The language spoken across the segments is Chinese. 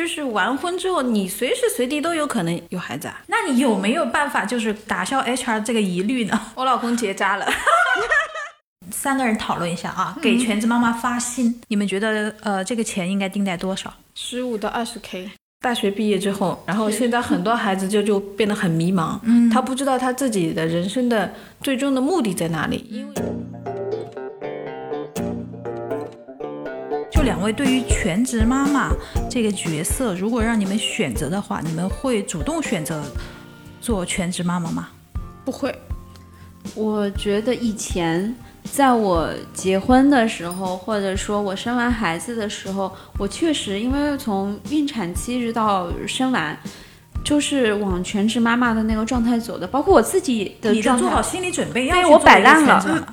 就是完婚之后，你随时随地都有可能有孩子啊。那你有没有办法就是打消 HR 这个疑虑呢？ 我老公结扎了，三个人讨论一下啊，嗯给全职妈妈发薪，你们觉得呃这个钱应该定在多少？十五到二十 K， 大学毕业之后，然后现在很多孩子就就变得很迷 茫，嗯他不知道他自己的人生的最终的目的在哪里，因为就两位对于全职妈妈这个角色，如果让你们选择的话，你们会主动选择做全职妈妈吗？不会，我觉得以前在我结婚的时候，或者说我生完孩子的时候，我确实因为从孕产期一直到生完，就是往全职妈妈的那个状态走的。包括我自己的你都呃状态，做好心理准备，要对去我做摆一个烂全了职 妈妈。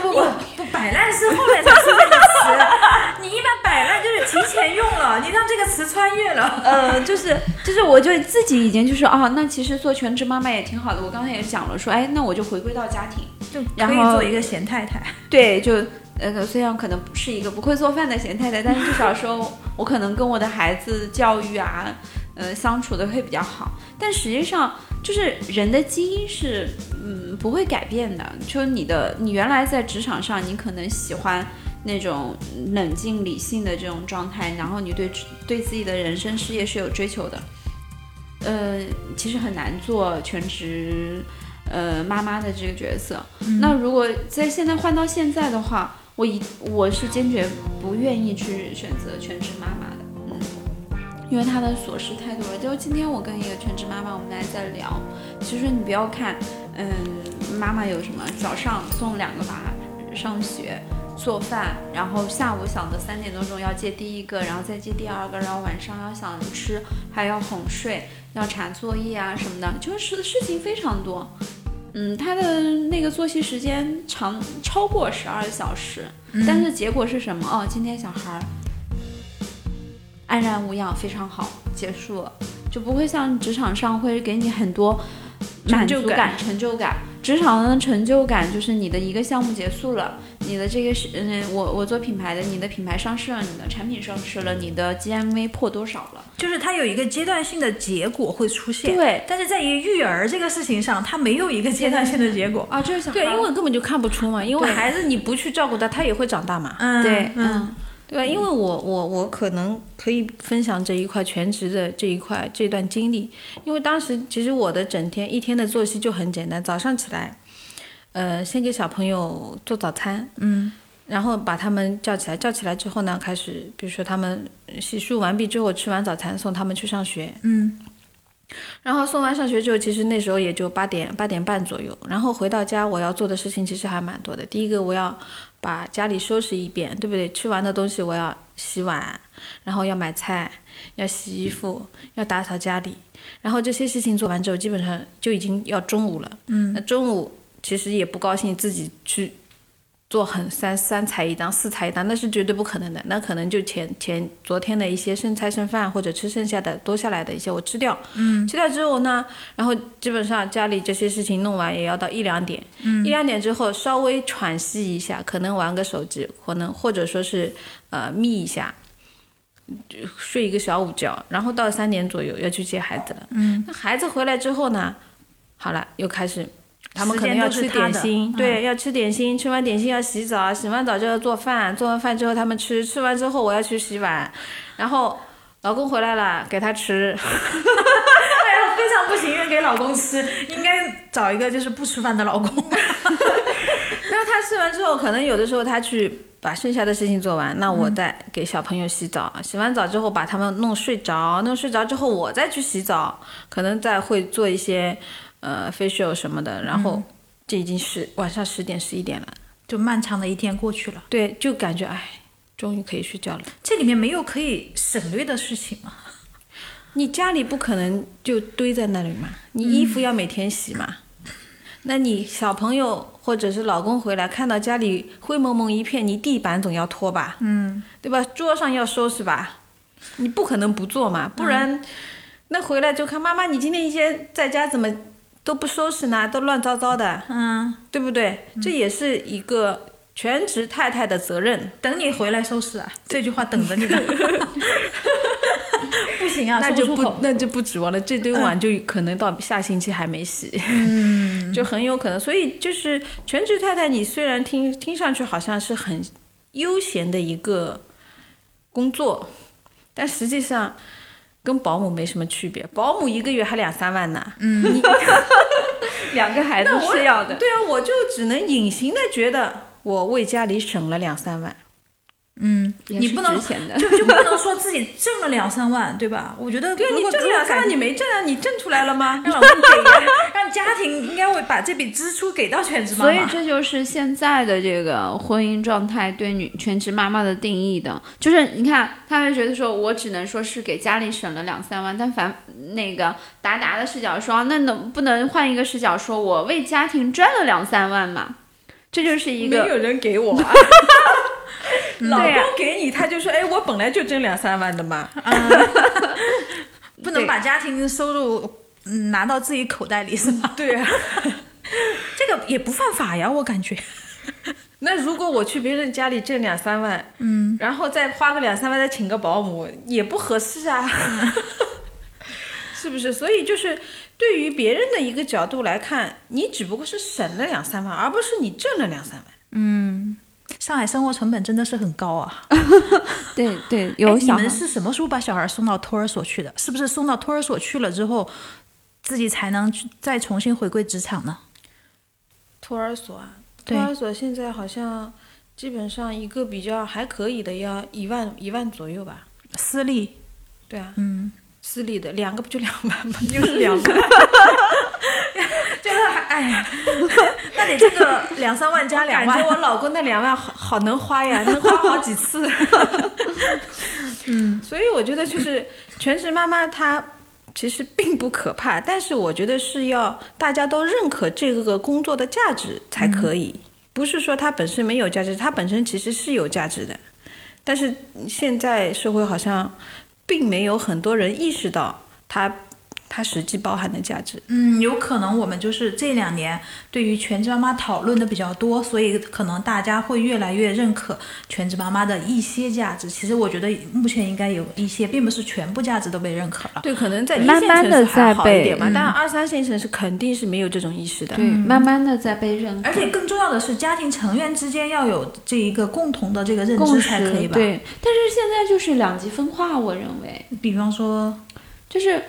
不不不，不摆烂是后面才出现的词，你一般摆烂就是提前用了，你让这个词穿越 了。呃，就是就是，我就自己已经就是啊，那其实做全职妈妈也挺好的。我刚才也讲了说，哎，那我就回归到家庭。就然可以后做一个闲太太。对，就呃，虽然可能不是一个不会做饭的咸太太，但是至少说我可能跟我的孩子教育啊，呃，相处的会比较好。但实际上，就是人的基因是嗯不会改变的，就是你的你原来在职场上，你可能喜欢。那种冷静理性的这种状态，然后你对对自己的人生事业是有追求的，呃，其实很难做全职呃妈妈的这个角色。那如果在现在换到现在的话，我一我是坚决不愿意去选择全职妈妈的，嗯，因为她的琐事太多了。就今天我跟一个全职妈妈，我们俩在聊，其实你不要看，嗯，妈妈有什么早上送两个娃上学。做饭，然后下午想着三点多钟要接第一个，然后再接第二个，然后晚上要想着吃，还要哄睡，要查作业啊什么的，就是事情非常多。嗯，他的那个作息时间长超过十二小时，但是结果是什么？哦，今天小孩儿安然无恙，非常好，结束了，就不会像职场上会给你很多满足感、成就感。职场的成就感就是你的一个项目结束了，你的这个是嗯，我我做品牌的，你的品牌上市了，你的产品上市了，你的 GMV 破多少了？就是它有一个阶段性的结果会出现，对但是在于育儿这个事情上，它没有一个阶段性的结果。啊，这 个小孩对，儿因为根本就看不出嘛，因为对孩子你不去照顾他，他也会长大嘛。嗯，对嗯，对吧？因为我我我可能可以分享这一块全职的这一块这段经历，因为当时其实我的整天一天的作息就很简单，早上起来，呃，先给小朋友做早餐，嗯，然后把他们叫起来，叫起来之后呢，开始比如说他们洗漱完毕之后吃完早餐，送他们去上学，嗯，然后送完上学之后，其实那时候也就八点八点半左右。然后回到家，我要做的事情其实还蛮多的。第一个，我要把家里收拾一遍，对不对？吃完的东西我要洗碗，然后要买菜，要洗衣服，要打扫家里。然后这些事情做完之后，基本上就已经要中午了。嗯，那中午其实也不高兴自己去做很三三菜一汤、四菜一汤，那是绝对不可能的。那可能就前前昨天的一些剩菜剩饭，或者吃剩下的多下来的一些，我吃掉。嗯，吃掉之后呢，然后基本上家里这些事情弄完也要到一两点。嗯，一两点之后稍微喘息一下，可能玩个手机，可能或者说是呃眯一下。就睡一个小午觉，然后到三点左右要去接孩子了。嗯，那孩子回来之后呢，好了，又开始他们时可能间要都是吃他点的嗯心，对，要吃点心，吃完点心要洗澡，洗完澡就要做饭，做完饭之后他们吃，吃完之后我要去洗碗，然后老公回来了给他吃，哎我非常不情愿给老公吃，应该找一个就是不吃饭的老公。然后他吃完之后，可能有的时候他去把剩下的事情做完，那我再给小朋友洗澡，洗完澡之后把他们弄睡着，弄睡着之后我再去洗澡，可能再会做一些呃 facial 什么的，然后这已经是晚上十点十一点了，就漫长的一天过去了，对，就感觉哎，终于可以睡觉了。这里面没有可以省略的事情吗？你家里不可能就堆在那里嘛，你衣服要每天洗嘛。那你小朋友或者是老公回来看到家里灰蒙蒙一片，你地板总要拖吧，嗯，对吧？桌上要收拾吧，你不可能不做嘛，不然、那回来就看妈妈，你今天一天在家怎么都不收拾呢？都乱糟糟的，嗯，对不对？这也是一个全职太太的责任。等你回来收拾啊，这句话等着你呢。行啊那那就就不不那就不指望了，这堆碗就可能到下星期还没洗， 嗯，就很有可能。所以就是全职太太，你虽然听听上去好像是很悠闲的一个工作，但实际上跟保姆没什么区别。保姆一个月还两三万呢， 两个孩子是要的，嗯对啊，我就只能隐形的觉得我为家里省了两三万。你不能值钱的。就就不能说自己挣了两三万，对吧？我觉得对啊，如你果挣给我两三感万，你没挣啊？你挣出来了 吗？让老公给呀，让家庭应该会把这笔支出给到全职妈所以妈。这就是现在的这个婚姻状态对女全职妈妈的定义的，就是你看，她会觉得说我只能说是给家里省了两三万，但反那个达达的视角说，那能不能换一个视角说我为家庭赚了两三万嘛？这就是一没个有人给我、啊。老对公啊呀给你，他就说：“哎，我本来就挣两三万的嘛。不能对把家庭收入嗯拿到自己口袋里是吗”？ 对啊。这个也不犯法呀，我感觉。 那如果我去别人家里挣两三万，嗯，然后再花个两三万再请个保姆，也不合适啊， 是不是？所以就是对于别人的一个角度来看，你只不过是省了两三万，而不是你挣了两三万。上海生活成本真的是很高啊！对对，哎有你小们是什么时候把小孩送到托儿所去的？是不是送到托儿所去了之后，自己才能去再重新回归职场呢？托儿所啊，对托儿所现在好像基本上一个比较还可以的要一万一万左右吧？私立，对啊，嗯，私立的两个不就两万 吗？又是两万。就是哎， 那得这个两三万加两感万觉，我老公那两万好好能花 呀，能花好几次。 嗯，所以我觉得就是全职妈妈她其实并不可怕，但是我觉得是要大家都认可这个工作的价值才可以，不是说它本身没有价值，它本身其实是有价值的，但是现在社会好像并没有很多人意识到它它实际包含的价值。嗯，有可能我们就是这两年对于全职妈妈讨论的比较多，所以可能大家会越来越认可全职妈妈的一些价值。其实我觉得目前应该有一些，并不是全部价值都被认可了。对，可能在一慢线慢城地市还在好一被点嘛，嗯但二三线城市肯定是没有这种意识的。对，慢慢的在被认可而。且更重要的是，家庭成员之间要有这一个共同的这个认共知识才可以吧？，对，但是现在就是两极分化，我认为，比方说，就是，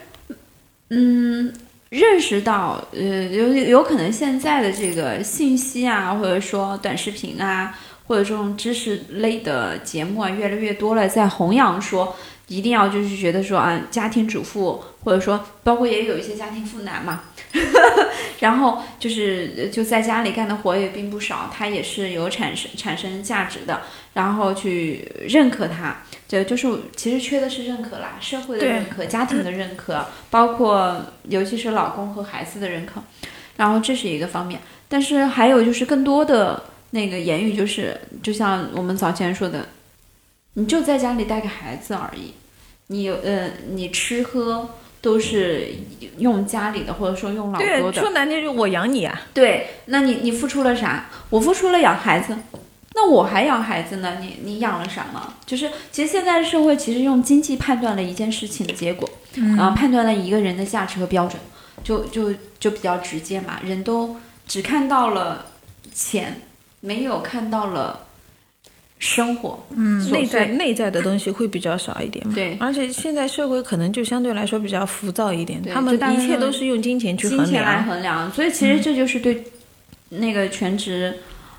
嗯，认识到，呃，有有可能现在的这个信息啊，或者说短视频啊，或者这种知识类的节目啊，越来越多了，在弘扬说。一定要就是觉得说啊，家庭主妇或者说包括也有一些家庭妇男嘛， 然后就是呃就在家里干的活也并不少，它也是有产生产生价值的，然后去认可它，对，就是其实缺的是认可啦，社会的对认可、家庭的认可，包括尤其是老公和孩子的认可，然后这是一个方面。但是还有就是更多的那个言语，就是就像我们早前说的，你就在家里带个孩子而已，你有呃，你吃喝都是用家里的或者说用老对，公的说，难听就我养你啊，对，那你你付出了啥？我付出了养孩子，那我还养孩子呢？你你养了啥吗？就是其实现在社会其实用经济判断了一件事情的结果，嗯啊、判断了一个人的价值和标准，就就就比较直接嘛，人都只看到了钱，没有看到了生活，嗯，内在内在的东西会比较少一点嘛。对而且现在社会可能就相对来说比较浮躁一点，对他们就大家一切都都是用金钱去金衡钱来量。嗯衡量，所以其实这就是对那个全职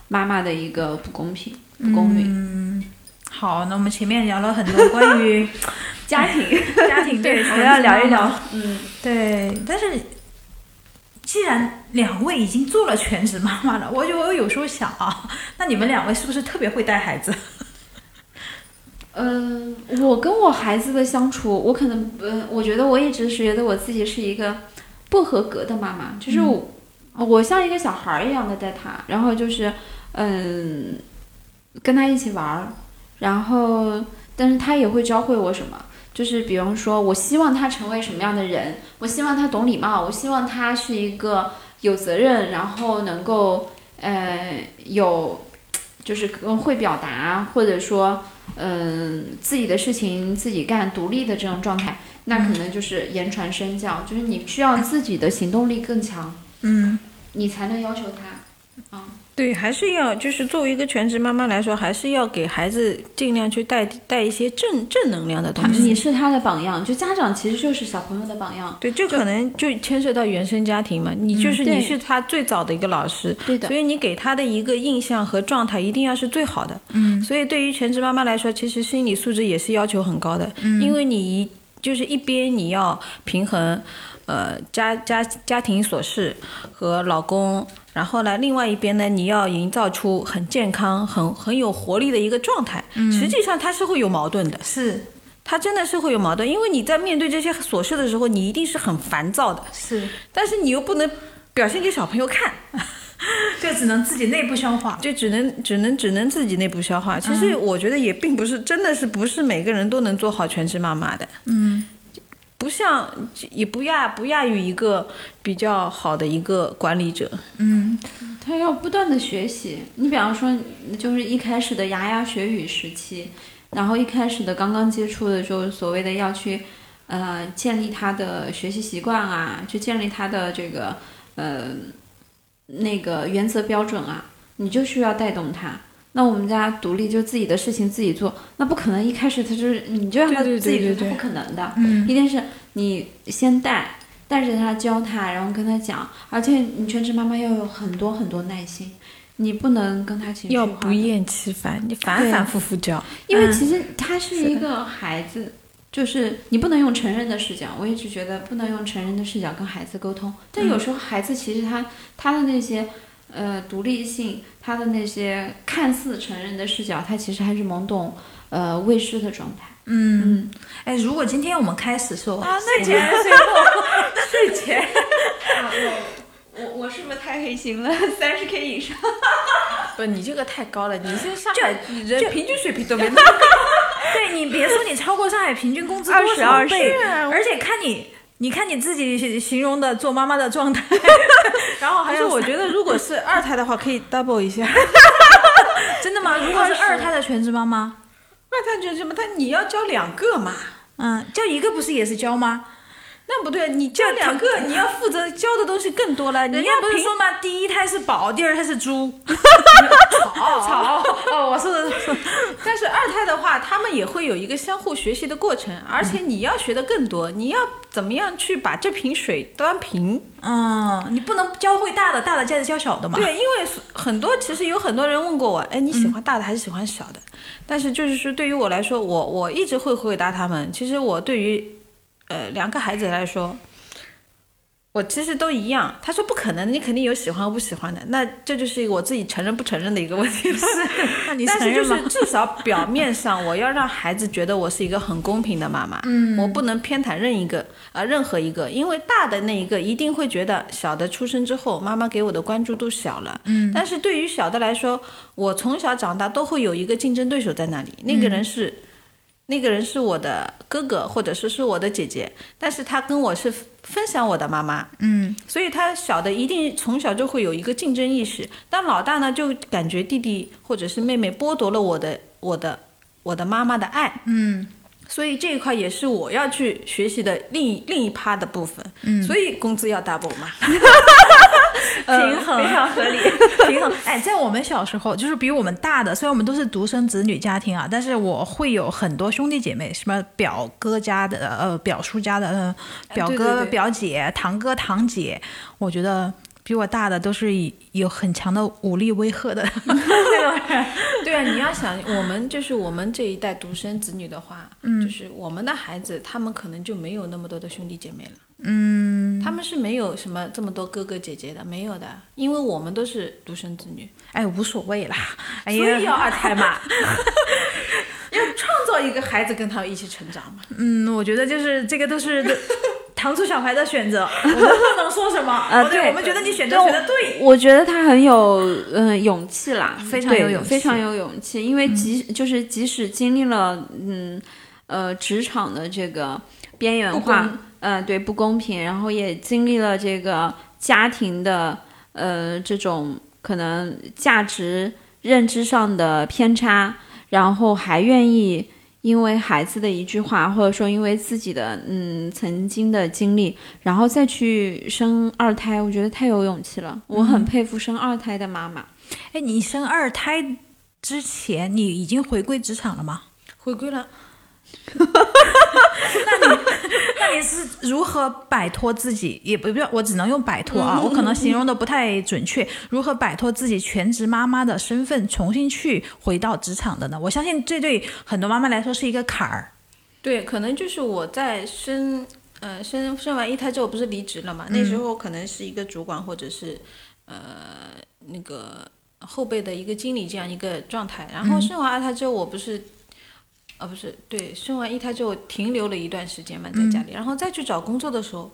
妈妈的一个不公平、嗯不公允。好，那我们前面聊了很多关于家 庭，家 庭对，啊我们要聊一聊。对，但是既然两位已经做了全职妈妈了，我就我有时候想啊，那你们两位是不是特别会带孩子？嗯，我跟我孩子的相处，我可能，嗯，我觉得我一直是觉得我自己是一个不合格的妈妈，就是我，我像一个小孩儿一样的带他，然后就是，嗯，跟他一起玩儿，然后，但是他也会教会我什么，就是比方说，我希望他成为什么样的人，我希望他懂礼貌，我希望他是一个有责任，然后能够，呃，有，就是会表达，或者说。嗯、自己的事情自己干、独立的这种状态，那可能就是言传身教，就是你需要自己的行动力更强，嗯，你才能要求他。啊、对，还是要就是作为一个全职妈妈来说，还是要给孩子尽量去带带一些正正能量的东西。你是他的榜样，就家长其实就是小朋友的榜样。对，这可能就牵涉到原生家庭嘛，你就是对你是他最早的一个老师，对的所以你给他的一个印象和状态一定要是最好的。嗯，所以对于全职妈妈来说，其实心理素质也是要求很高的，嗯、因为你一就是一边你要平衡，呃家家家庭琐事和老公。然后呢，另外一边呢，你要营造出很健康、很很有活力的一个状态。嗯、实际上它是会有矛盾的，是它真的是会有矛盾，因为你在面对这些琐事的时候，你一定是很烦躁的。是，但是你又不能表现给小朋友看，就只能自己内部消化。就只能只能只能自己内部消化。其实我觉得也并不是，真的是不是每个人都能做好全职妈妈的。嗯，不像也不亚不亚于一个比较好的一个管理者。他要不断的学习。你比方说，就是一开始的牙牙学语时期，然后一开始的刚刚接触的时候，所谓的要去呃建立他的学习习惯啊，去建立他的这个呃那个原则标准啊，你就需要带动他。那我们家独立就自己的事情自己做，那不可能一开始他就是你就让他对对对自己对做，对不可能的。嗯一定是你先带，带着他教他，然后跟他讲，而且你全职妈妈要有很多很多耐心，你不能跟他情绪要化不厌其烦，你反对反复复教。因为嗯其实他是是一个孩子，就是你不能用成人的视角，我一直觉得不能用成人的视角跟孩子沟通。但嗯有时候孩子其实他他的那些呃独立性，他的那些看似成人的视角，他其实还是懵懂呃未知的状态。嗯，嗯，哎，如果今天我们开始说啊，那简直最后睡前，我我我是不是太黑心了？三十 K 以上，不，你这个太高了，你这上海人 平均水平都没对你别说你超过上海平均 工资二多十少二倍，是啊而且看你，你看你自己形容的做妈妈的状态，然后还还是有我觉得，如果 是二胎的话，可以 double 一下。真的吗？如果是二胎的全职妈妈，二胎就是什么？但你要教两个嘛。嗯，就一个不是也是教吗？那不对，你教两个，你要负责教的东西更多了。你人家要不是平说吗？第一胎是宝，第二胎是 猪。 草哦，我说的。 但是二胎的话，他们也会有一个相互学习的过程，而且你要学的更多，你要怎么样去把这瓶水端平？嗯，你不能教会大的，大的接着教小的嘛。，嗯对，因为很多其实有很多人问过我，哎，你喜欢大的还是喜欢小的？但是就是说，对于我来说，我我一直会回答他们。其实我对于呃两个孩子来说，我其实都一样。他说不可能，你肯定有喜欢和不喜欢的，那这就是一个我自己承认不承认的一个问题了。那你但承是就认吗？是至少表面上，我要让孩子觉得我是一个很公平的妈妈，嗯，我不能偏袒任一个啊、呃任何一个，因为大的那一个一定会觉得小的出生之后，妈妈给我的关注度小了，嗯，但是对于小的来说，我从小长大都会有一个竞争对手在那里，那个嗯人是。那个人是我的哥哥，或者是是我的姐姐，但是他跟我是分享我的妈妈，嗯，所以他小的一定从小就会有一个竞争意识，但老大呢就感觉弟弟或者是妹妹剥夺了我的我的我的妈妈的爱，嗯，所以这一块也是我要去学习的另一另一趴的部分，嗯，所以工资要 double 嘛，呃平衡非常合理。 平衡。哎，在我们小时候，就是比我们大的，虽然我们都是独生子女家庭啊，但是我会有很多兄弟姐妹，什么表哥家的，呃，表叔家的，呃，表哥、哎对对对表姐、堂哥、堂姐，我觉得。比我大的都是以有很强的武力威吓的 那种人， 对啊，你要想，我们就是我们这一代独生子女的话，就是我们的孩子，他们可能就没有那么多的兄弟姐妹了。嗯，他们是没有什么这么多哥哥姐姐的，没有的，因为我们都是独生子女，哎，无所谓啦，哎所呀以，要二胎嘛，要创造一个孩子跟他一起成长嘛。 嗯，我觉得就是这个都是 糖醋小排的选择，我们不能说什么。呃哦啊我对我们觉得你选择选的对。我觉得他很有嗯、勇气嗯啦，非常有对勇气非常有勇气。因为即、就是即使经历了嗯呃职场的这个边缘不公化，呃对不公平，然后也经历了这个家庭的呃这种可能价值认知上的偏差，然后还愿意因为孩子的一句话，或者说因为自己的嗯曾经的经历，然后再去生二胎，我觉得太有勇气了，我很佩服生二胎的妈妈。哎，你生二胎之前，你已经回归职场了吗？回归了。那你是如何摆脱自己？也不不，我只能用摆脱啊，我可能形容的不太准确。如何摆脱自己全职妈妈的身份，重新去回到职场的呢？我相信这对很多妈妈来说是一个坎儿。对，可能就是我在生，呃，生生完一胎之后不是离职了嘛？那时候可能是一个主管或者是呃那个后辈的一个经理这样一个状态。然后生完二胎之后，我不是，啊不是，对，生完一胎之后停留了一段时间嘛，在家里，然后再去找工作的时候，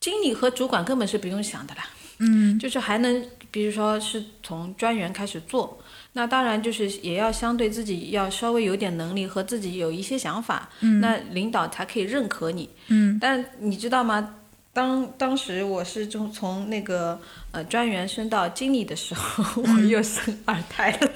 经理和主管根本是不用想的啦。嗯，就是还能，比如说是从专员开始做，那当然就是也要相对自己要稍微有点能力和自己有一些想法，那领导才可以认可你。嗯，但你知道吗？当当时我是从从那个呃专员升到经理的时候， 我又生二胎了。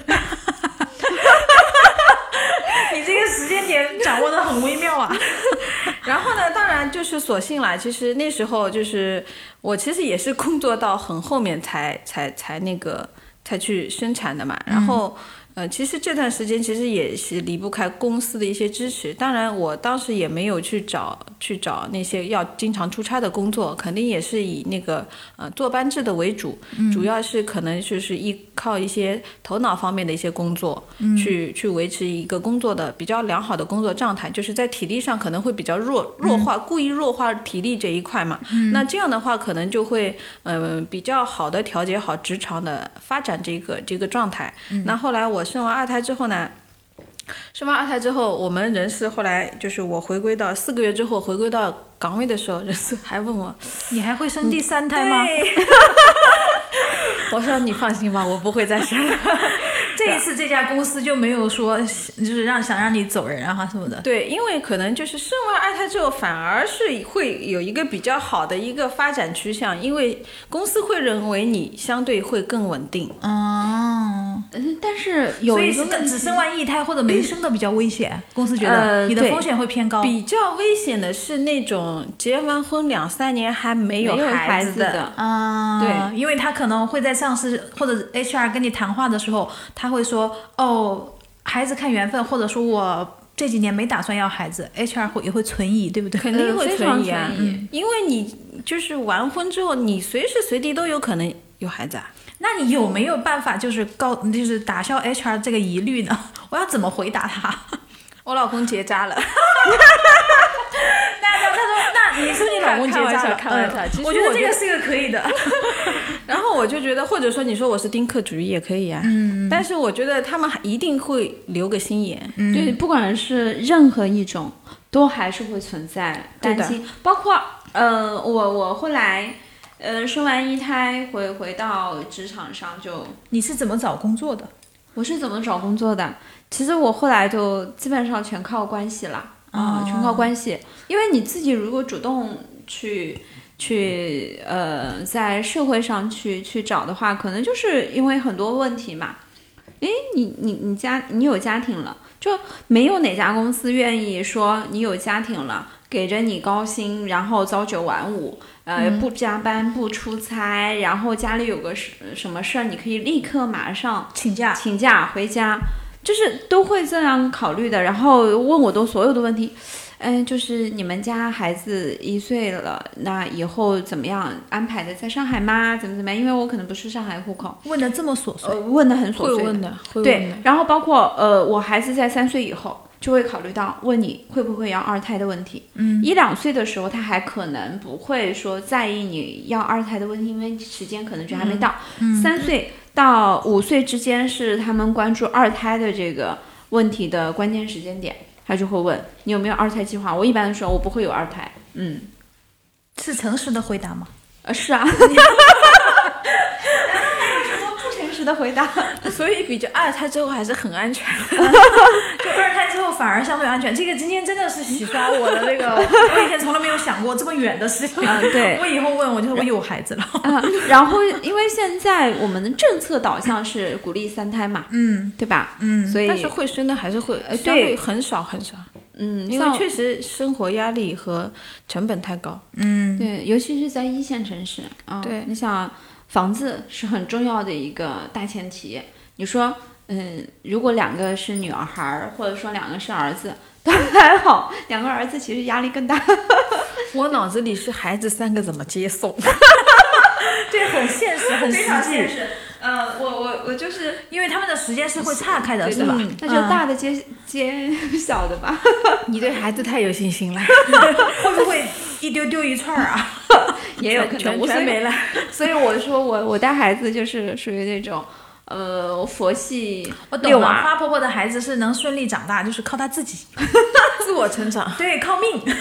你哎这个时间点掌握的很微妙啊。 然后呢，当然就是索性啦。其实那时候就是我其实也是工作到很后面才才才那个才去生产的嘛。然后、呃，其实这段时间其实也是离不开公司的一些支持。当然，我当时也没有去找去找那些要经常出差的工作，肯定也是以那个呃坐班制的为主，主要是可能就是依靠一些头脑方面的一些工作。去去维持一个工作的比较良好的工作状态，就是在体力上可能会比较弱弱化，故意弱化体力这一块嘛。那这样的话，可能就会嗯、呃比较好的调节好职场的发展这个这个状态。那后来我生完二胎之后呢？生完二胎之后，我们人事后来就是我回归到四个月之后回归到岗位的时候，人事还问我，你还会生第三胎吗？我说你放心吧，我不会再生了。 这一次这家公司就没有说就是让想让你走人啊什么的。对，因为可能就是生完二胎之后，反而是会有一个比较好的一个发展趋向，因为公司会认为你相对会更稳定。哦，嗯，但是有所以一个生问的题只生完一胎或者没生的比较危险，公司觉得呃你的对风险会偏高。比较危险的是那种结完婚两三年还没有没有孩孩子子的，的，啊，对，因为他可能会在上司或者 HR 跟你谈话的时候，他会说：“哦，孩子看缘分，或者说我这几年没打算要孩子。”HR 会也会存疑，对不对？肯定呃会非常疑啊，存疑因为你就是完婚之后，你随时随地都有可能有孩子啊。那你有没有办法就是告，就是打消 HR 这个疑虑呢？ 我要怎么回答他？ 我老公结扎了，那他说：“那你说你老公结开玩扎笑了？”开玩笑嗯其实我觉得我这觉个得是个可以的。 然后我就觉得，或者说你说我是丁克主义也可以啊，嗯，但是我觉得他们还一定会留个心眼，对，不管是任何一种，都还是会存在对的担心，包括呃，我我后来呃生完一胎回回到职场上就你是怎么找工作的？我是怎么找工作的？其实我后来就基本上全靠关系啦，啊、全靠关系。因为你自己如果主动去去呃，在社会上去去找的话，可能就是因为很多问题嘛。诶，你你你家你有家庭了，就没有哪家公司愿意说你有家庭了，给着你高薪，然后朝九晚五，呃，不加班不出差，然后家里有个什什么事儿，你可以立刻马上请假？请假回家，就是都会这样考虑的。然后问我都所有的问题，嗯，就是你们家孩子一岁了，那以后怎么样安排的？在上海吗？怎么怎么样？因为我可能不是上海户口，问的这么琐碎呃，问的很琐会碎的问的，会问对的，，然后包括呃，我孩子在三岁以后，就会考虑到问你会不会要二胎的问题。嗯，一两岁的时候，他还可能不会说在意你要二胎的问题，因为时间可能就还没到。三岁到五岁之间是他们关注二胎的这个问题的关键时间点，他就会问你有没有二胎计划。我一般的时候我不会有二胎，嗯， 是诚实的回答吗？呃，是啊。不诚实实的回答。所以比较二胎之后还是很安全。就二胎之后反而相对安全。这个今天真的是洗刷我的那个， 嗯我以前从来没有想过这么远的事情。啊对 我以后问我就说我有孩子了。 啊， 然后因为现在我们的政策导向是鼓励三胎嘛，嗯对吧？嗯，所 以但是会生的还是会，呃相对对很少很少，嗯，因像为确实生活压力和成本太高。嗯，对，尤其是在一线城市啊，对你想房子是很重要的一个大前提。你说，嗯，如果两个是女儿孩儿，或者说两个是儿子， 都还好，两个儿子其实压力更大。我脑子里是孩子三个怎么接 送，这很现实，很实际，实。呃，我我我就是，因为他们的时间是会岔开的，对是嗯的吧？嗯那就大的接、接 小的吧，你对孩子太有信 心了，嗯会不会一丢丢一串儿啊？也有可能全无所全谓没了。所以我说我我带孩子就是属于那种，呃，佛系哦我懂遛了，娃，花婆婆的孩子是能顺利长大，就是靠她自己，自我成长。 对，靠命。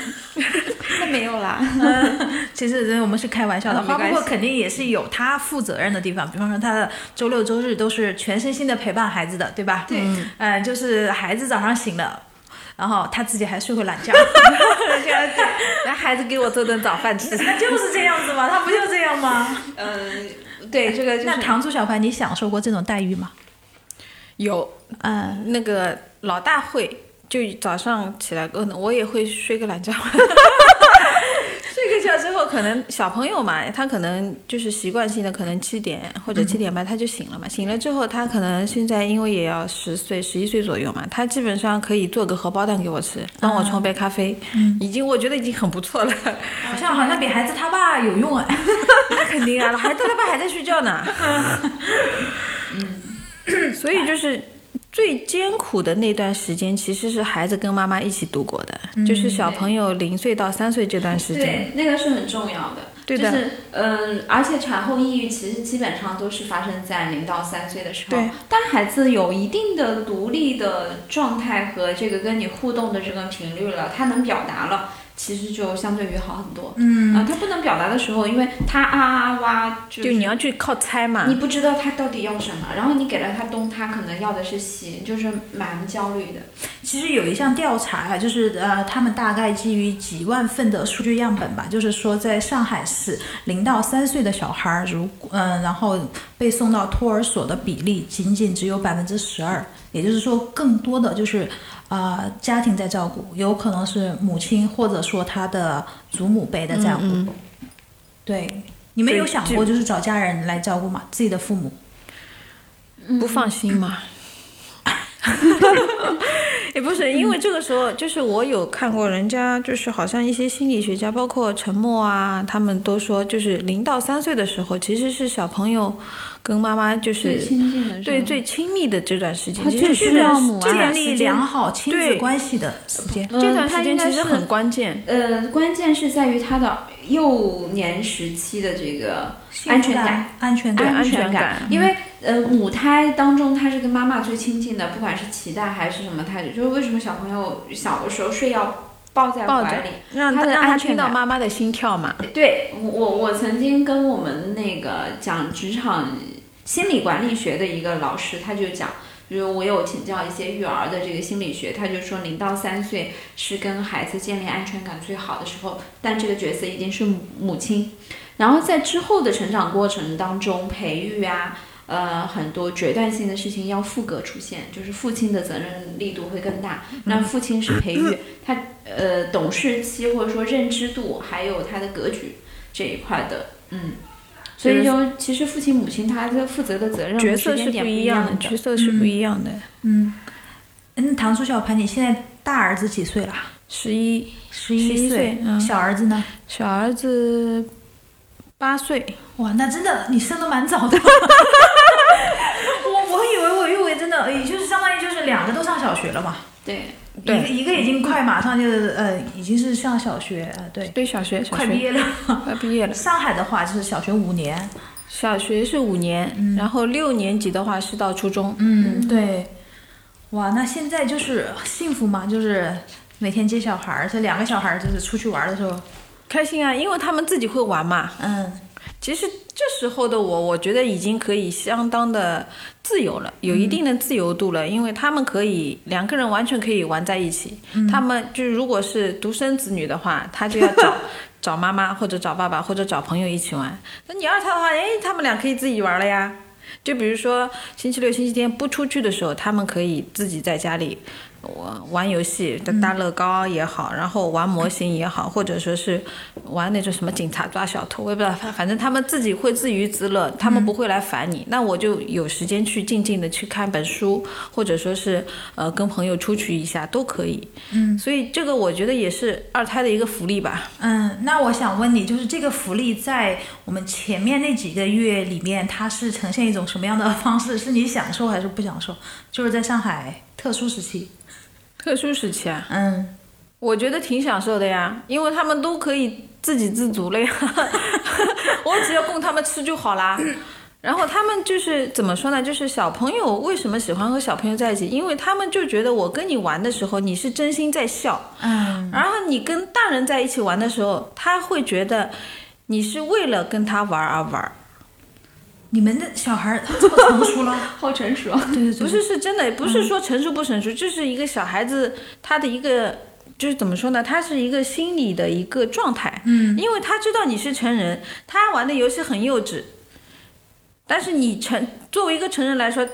那没有 啦。嗯 其实我们是开玩笑的，嗯没花婆关婆系肯定也是有她负责任的地方，比方说她的周六周日都是全身心的陪伴孩子的，对吧？对嗯、呃就是孩子早上醒了，然后她自己还睡会懒觉， 来，孩子给我做顿早饭 吃。 那就是这样子嘛，她不就这样吗？嗯，对，这个就是那糖醋小排，你享受过这种待遇吗？有嗯，那个老大会，就早上起来，可能我也会睡个懒觉。睡个觉之后，可能小朋友嘛，他可能就是习惯性的，可能七点或者七点半他就醒了嘛。醒了之后，他可能现在因为也要十岁、十一岁左右嘛，他基本上可以做个荷包蛋给我吃，帮我冲杯咖啡，已经我觉得已经很不错了。好像好像比孩子他爸有用 哎。那肯定啊，老孩子他爸还在睡觉呢。嗯，所以就是最艰苦的那段时间，其实是孩子跟妈妈一起度过的，就是小朋友零岁到三岁这段时间。对，那个是很重要的。对的就是嗯、而且产后抑郁其实基本上都是发生在零到三岁的时候对。当孩子有一定的独立的状态和这个跟你互动的这个频率了，他能表达了，其实就相对于好很多。嗯、他不能表达的时候，因为他啊啊哇，就就是你要去靠猜嘛你，不知道他到底要什么，然后你给了他东，他可能要的是西，就是蛮焦虑的。其实有一项调查啊，就是呃，他们大概基于几万份的数据样本吧，就是说在上海市零到三岁的小孩儿，如嗯、然后被送到托儿所的比例仅仅只有百分之十二，也就是说，更多的就是啊、呃家庭在照顾，有可能是母亲或者说她的祖母辈在照顾。对，你们有想过就是找家人来照顾吗？自己的父母？不放心嘛。 也不是，因为这个时候就是我有看过人家，就是好像一些心理学家，包括陈默啊，他们都说，就是零到三岁的时候，其实是小朋友跟妈妈就是近的对最亲密的这段时间，他其实这最需段要时母爱啊这建段立时间良好亲子对关系的时间。这段嗯时他间应该其实是很关键。呃，关键是在于他的幼年时期的这个信安全赖感。，安全感，安安全全感因为呃，母胎当中他是跟妈妈最亲近的，不管是脐带还是什么，他就是为什么小朋友小的时候睡要抱在抱怀着里，让他的让他安全听到感妈妈的心跳嘛，对我，我我曾经跟我们那个讲职场心理管理学的一个老师，他就讲，就是我有请教一些育儿的这个心理学，他就说零到三岁是跟孩子建立安全感最好的时候，但这个角色一定是母母亲。然后在之后的成长过程当中，培育啊，呃，很多决断性的事情要父格出现，就是父亲的责任力度会更大。那父亲是培育，他呃懂事期或者说认知度，还有他的格局这一块的，嗯，所以就其实父亲母亲他的负责的责任角色是时间点不不一样样的，角色是不一样的。嗯，嗯，糖醋小排，你现在大儿子几岁了？十一十11岁岁。嗯小儿子呢？小儿子八岁，哇，那真的你生的蛮早的。我我以为我以为真的，也就是相当于就是两个都上小学了嘛，对，，一对个一个已经快马上就是呃已经是上小学呃对，对，小学小快毕学业了。 快毕业了。上海的话就是小学五年，小学是五年，然后六年级的话是到初中。嗯对。哇，那现在就是幸福吗？就是每天接小孩儿，这两个小孩儿就是出去玩儿的时候，开心啊，因为他们自己会玩嘛。嗯，其实这时候的我，我觉得已经可以相当的自由了，有一定的自由度了，因为他们可以两个人完全可以玩在一起。他们就是如果是独生子女的话，他就要找找妈妈或者找爸爸或者找朋友一起玩。那你要他的话，哎，他们俩可以自己玩了呀。就比如说星期六、星期天不出去的时候，他们可以自己在家里玩玩游戏，搭乐高啊也好，然后玩模型也好，或者说是玩那种什么警察抓小偷，我也不知道，反反正他们自己会自娱自乐，他们不会来烦你。那我就有时间去静静的去看本书，或者说是呃跟朋友出去一下都可以。嗯，所以这个我觉得也是二胎的一个福利吧。嗯，那我想问你，就是这个福利在我们前面那几个月里面，它是呈现一种什么样的方式？是你享受还是不享受？就是在上海特殊时期，特殊时期啊，嗯，我觉得挺享受的呀，因为他们都可以自给自足了呀， 我只要供他们吃就好啦。然后他们就是怎么说呢？就是小朋友为什么喜欢和小朋友在一起？因为他们就觉得我跟你玩的时候，你是真心在笑，嗯，然后你跟大人在一起玩的时候，他会觉得你是为了跟他玩而玩，你们的小孩儿 这么成熟了 好成熟。对对不对，嗯是是真的，不是说成熟不成熟，就是一个小孩子他的一个。就是怎么说呢？他是一个心理的一个状态，嗯，因为他知道你是成人，他玩的游戏很幼稚，但是你成作为一个成人来说，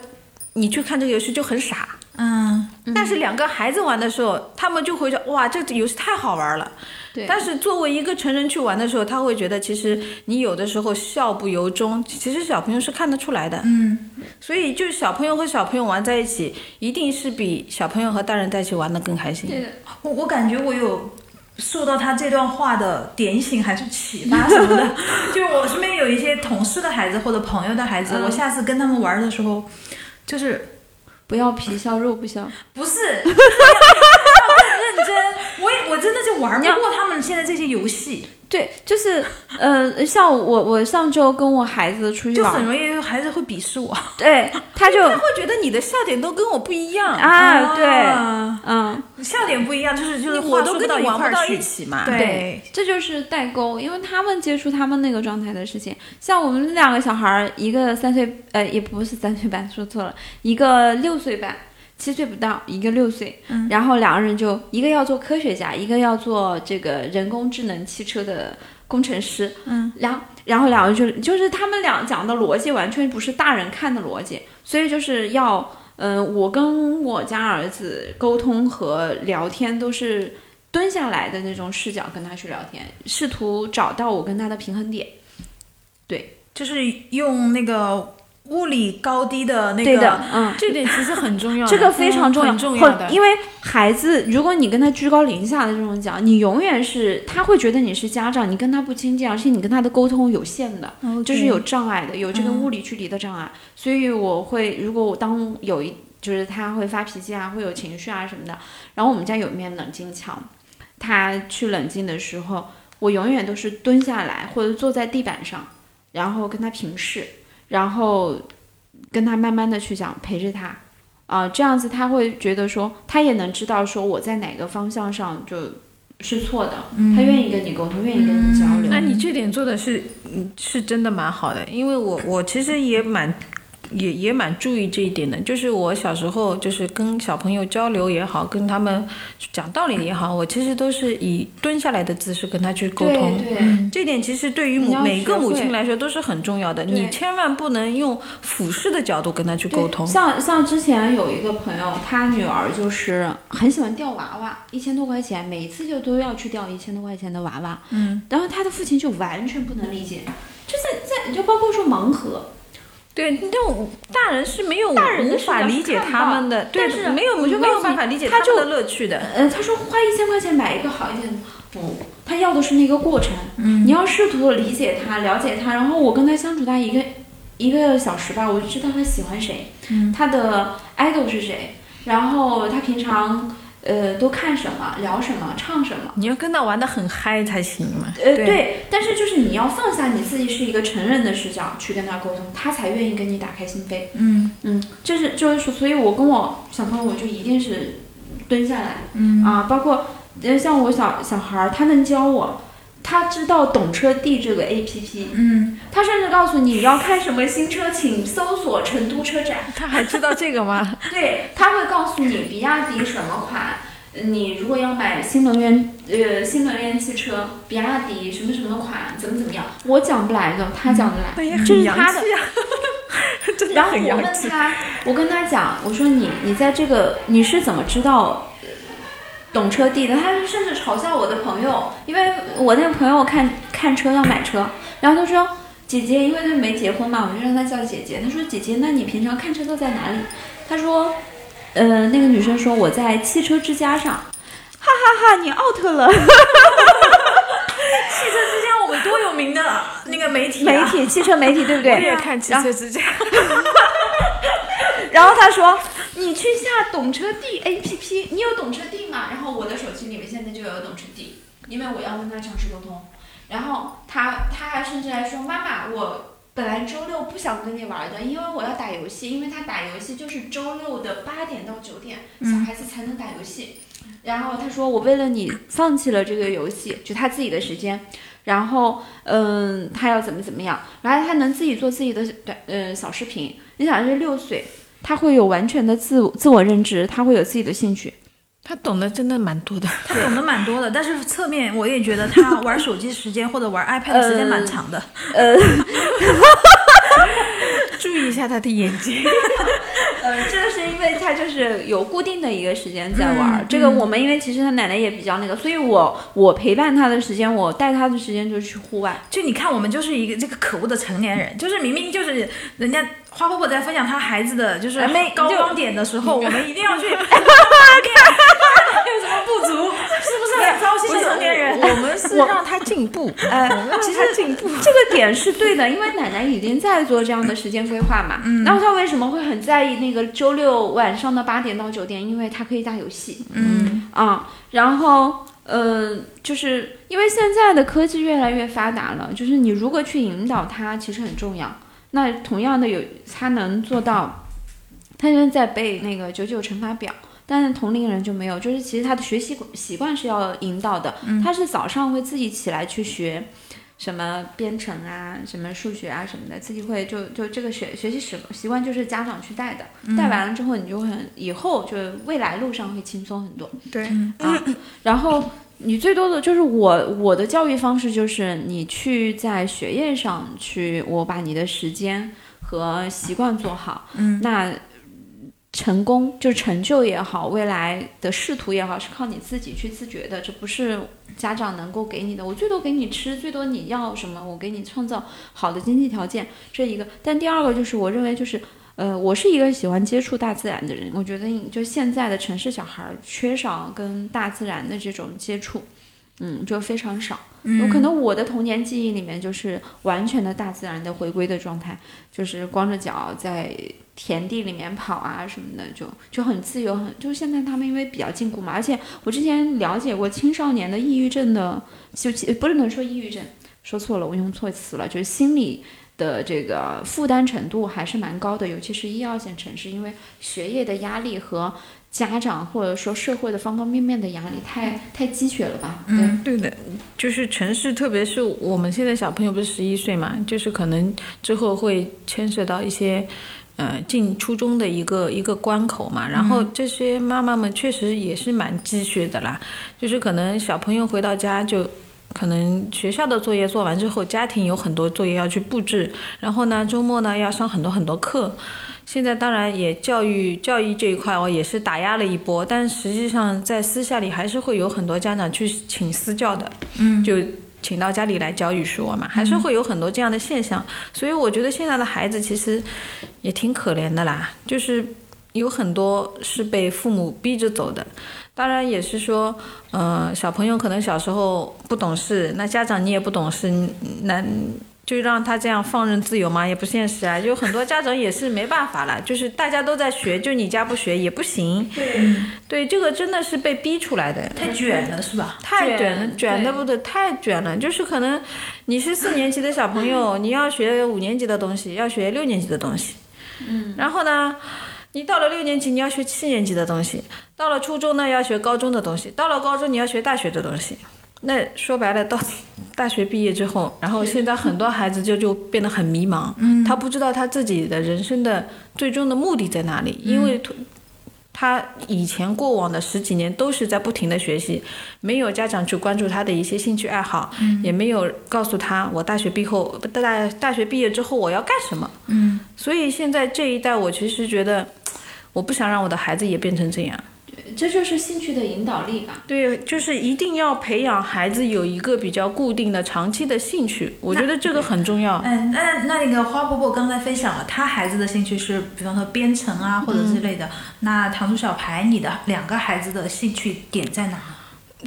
你去看这个游戏就很傻，嗯，但是两个孩子玩的时候，他们就会说哇，这游戏太好玩了。对但是作为一个成人去玩的时候，他会觉得其实你有的时候笑不由衷，其实小朋友是看得出来的。嗯，所以就是小朋友和小朋友玩在一起，一定是比小朋友和大人在一起玩的更开心。对的，我我感觉我有受到他这段话的点醒还是启发什么的。就我身边有一些同事的孩子或者朋友的孩子，嗯我下次跟他们玩的时候，就是不要皮笑肉不笑。不是， 要更认真。我也我真的就玩不过他们现在这些游戏，对，就是，呃，像我，我上周跟我孩子出去啊就很玩，容易孩子会鄙视我。对，他就他会觉得你的笑点都跟我不一样，啊，对，啊嗯，笑点不一样，就是就是我话都说跟到你玩块不儿到去一。起嘛。对，这就是代沟，因为他们接触他们那个状态的事情。像我们两个小孩儿，一个三岁，呃，也不是三岁半，说错了，一个六岁半，七岁不到，一个六岁。嗯然后两个人就一个要做科学家，一个要做这个人工智能汽车的工程师。嗯，然然后两个就就是他们俩讲的逻辑完全不是大人看的逻辑，所以就是要。嗯，我跟我家儿子沟通和聊天都是蹲下来的那种视角跟他去聊天，试图找到我跟他的平衡点。就是用那个物理高低的那个。对的，嗯。这点其实很重要 的，这个非常重嗯要，很重要的嗯很。因为孩子，如果你跟他居高临下的这种讲，你永远是他会觉得你是家长，你跟他不亲近，而且你跟他的沟通有限的，就是有障碍的，有这个物理距离的障碍。所以我会，如果我当有一就是他会发脾气啊，会有情绪啊什么的。然后我们家有一面冷静墙，他去冷静的时候，我永远都是蹲下来或者坐在地板上，然后跟他平视，然后跟他慢慢的去讲，陪着他。啊、这样子他会觉得说，他也能知道说我在哪个方向上就是错的，他愿意跟你沟通，愿意跟你交流。嗯那你这点做的是，嗯，是真的蛮好的，因为我我其实也蛮。也也蛮注意这一点的，就是我小时候就是跟小朋友交流也好，跟他们讲道理也好，我其实都是以蹲下来的姿势跟他去沟对通。嗯对这点其实对于你母要每个学母会亲来说都是很重要的，对你千万不能用俯视的角度跟他去对沟通。像像之前有一个朋友，他女儿就是很喜欢掉娃娃，一千多块钱，每次就都要去掉一千多块钱的娃娃。嗯，然后他的父亲就完全不能理解，就是在就包括说盲盒，对，那种大人是没有大人的无视法角理是解看不他到们的，对但是，没有我就没告有诉办你法理解他他们就的乐趣的。呃，他说花一千块钱买一个好一点的，不，他要的是那个过程。嗯，你要试图理解他，了解他，然后我跟他相处他一个一个小时吧，我就知道他喜欢谁，他的 idol 是谁，然后他平常呃都看什么，聊什么，唱什么。你要跟他玩的很嗨才行嘛。呃，对对，但是就是你要放下你自己是一个成人的视角去跟他沟通，他才愿意跟你打开心扉。嗯嗯，这是就是说，所以我跟我小朋友，我就一定是蹲下来，嗯啊，包括呃像我小小孩儿，他能教我，他知道懂车帝这个 APP，嗯，他甚至告诉你要看什么新车，请搜索成都车展。他还知道这个 吗？对，他会告诉你比亚迪什么款，你如果要买新能源呃新能源汽车，比亚迪什么什么款，怎么怎么样，我讲不来的，他讲得来，那也这哎很是洋他的气啊，真的然后很我洋问气。他，我跟他讲，我说你你在这个你是怎么知道呃懂车帝的？他甚至嘲笑我的朋友，因为我那个朋友看看车要买车，然后他说姐姐，因为他没结婚嘛，我就让他叫姐姐。他说姐姐，那你平常看车都在哪里？他说，呃，那个女生说我在汽车之家上。哈哈哈，你 out 了！ 汽车之家我们多有名的那个媒体、啊，媒体，汽车媒体，对不对？我也看汽车 之家，然后他说：“你去下懂车帝 APP，你有懂车帝吗？”然后我的手机里面现在就有懂车帝，因为我要跟他尝试沟通。然后他他还甚至还说：“妈妈，我本来周六不想跟你玩的，因为我要打游戏，因为他打游戏就是周六的八点到九点，小孩子才能打游戏。然后他嗯说：“我为了你放弃了这个游戏，就他自己的时间。”然后，嗯，他要怎么怎么样，然后他能自己做自己的短，呃，小视频。你想，这六岁，他会有完全的自我自我认知，他会有自己的兴趣。他懂得真的蛮多的。他懂得蛮多的，但是侧面我也觉得他玩手机时间或者玩 iPad 的时间呃蛮长的。注意一下他的眼睛，呃，这个是因为他就是有固定的一个时间在玩儿。嗯这个我们因为其实他奶奶也比较那个，所以我我陪伴他的时间，我带他的时间就是去户外。就你看，我们就是一个这个可恶的成年人，就是明明就是人家花婆婆在分享她孩子的就是没高就光点的时候，我们一定要去，看她有什么不足，是不是很糟心的成年 人？我们是让他进步，呃，其实进步。这个点是对的，因为奶奶已经在做这样的时间规划嘛。嗯。然后她为什么会很在意那个周六晚上的八点到九点？因为她可以打游戏。嗯，啊、然后嗯、呃就是因为现在的科技越来越发达了，就是你如果去引导他，其实很重要。那同样的有他能做到，他现在在背那个九九乘法表。但是同龄人就没有，就是其实他的学习习惯是要引导的，他是早上会自己起来去学什么编程啊、什么数学啊什么的，自己会就就这个学学习习习惯就是家长去带的，带完了之后你就会很以后就未来路上会轻松很多。对，啊，然后你最多的就是我我的教育方式就是你去在学业上去，我把你的时间和习惯做好，嗯，那成功就成就也好，未来的仕途也好，是靠你自己去自觉的，这不是家长能够给你的。我最多给你吃，最多你要什么，我给你创造好的经济条件，这一个。但第二个就是我认为就是。呃，我是一个喜欢接触大自然的人，我觉得你就现在的城市小孩儿缺少跟大自然的这种接触，嗯，就非常少。有可能我的童年记忆里面就是完全的大自然的回归的状态，就是光着脚在田地里面跑啊什么的，就就很自由，很就是现在他们因为比较禁锢嘛，而且我之前了解过青少年的抑郁症的，就其不是能说抑郁症，说错了，我用错词了，就是心理。的这个负担程度还是蛮高的，尤其是一二线城市，因为学业的压力和家长或者说社会的方方面面的压力太太积雪了吧？对，对的，就是城市，特别是我们现在小朋友不是十一岁嘛，就是可能之后会牵涉到一些，呃，进初中的一个一个关口嘛。然后这些妈妈们确实也是蛮积雪的啦，就是可能小朋友回到家就。可能学校的作业做完之后，家庭有很多作业要去布置，然后呢，周末呢要上很多很多课。现在当然也教育教育这一块哦，也是打压了一波，但实际上在私下里还是会有很多家长去请私教的，嗯，就请到家里来教育说嘛，还是会有很多这样的现象。所以我觉得现在的孩子其实也挺可怜的啦，就是有很多是被父母逼着走的。当然也是说，呃，小朋友可能小时候不懂事，那家长你也不懂事，那就让他这样放任自由嘛，也不现实啊。有很多家长也是没办法了， 就是大家都在学，就你家不学也不行。对，这个真的是被逼出来的。太卷了是吧？太卷卷了，卷的对不得太卷了。就是可能你是四年级的小朋友，你要学五年级的东西，要学六年级的东西。嗯。然后呢，你到了六年级，你要学七年级的东西；到了初中呢，要学高中的东西；到了高中，你要学大学的东西。那说白了，到底大学毕业之后，然后现在很多孩子就就变得很迷茫，嗯他不知道他自己的人生的最终的目的在哪里，因为突嗯他以前过往的十几年都是在不停的学习，没有家长去关注他的一些兴趣爱好，也没有告诉他我大学毕后不大大学毕业之后我要干什么。嗯，所以现在这一代，我其实觉得我不想让我的孩子也变成这样。这就是兴趣的引导力吧。对，就是一定要培养孩子有一个比较固定的、长期的兴趣，我觉得这个很重要。嗯，那那那个花伯伯刚才分享了，他孩子的兴趣是，比方说编程啊或者之类的。那糖醋小排，你的两个孩子的兴趣点在哪？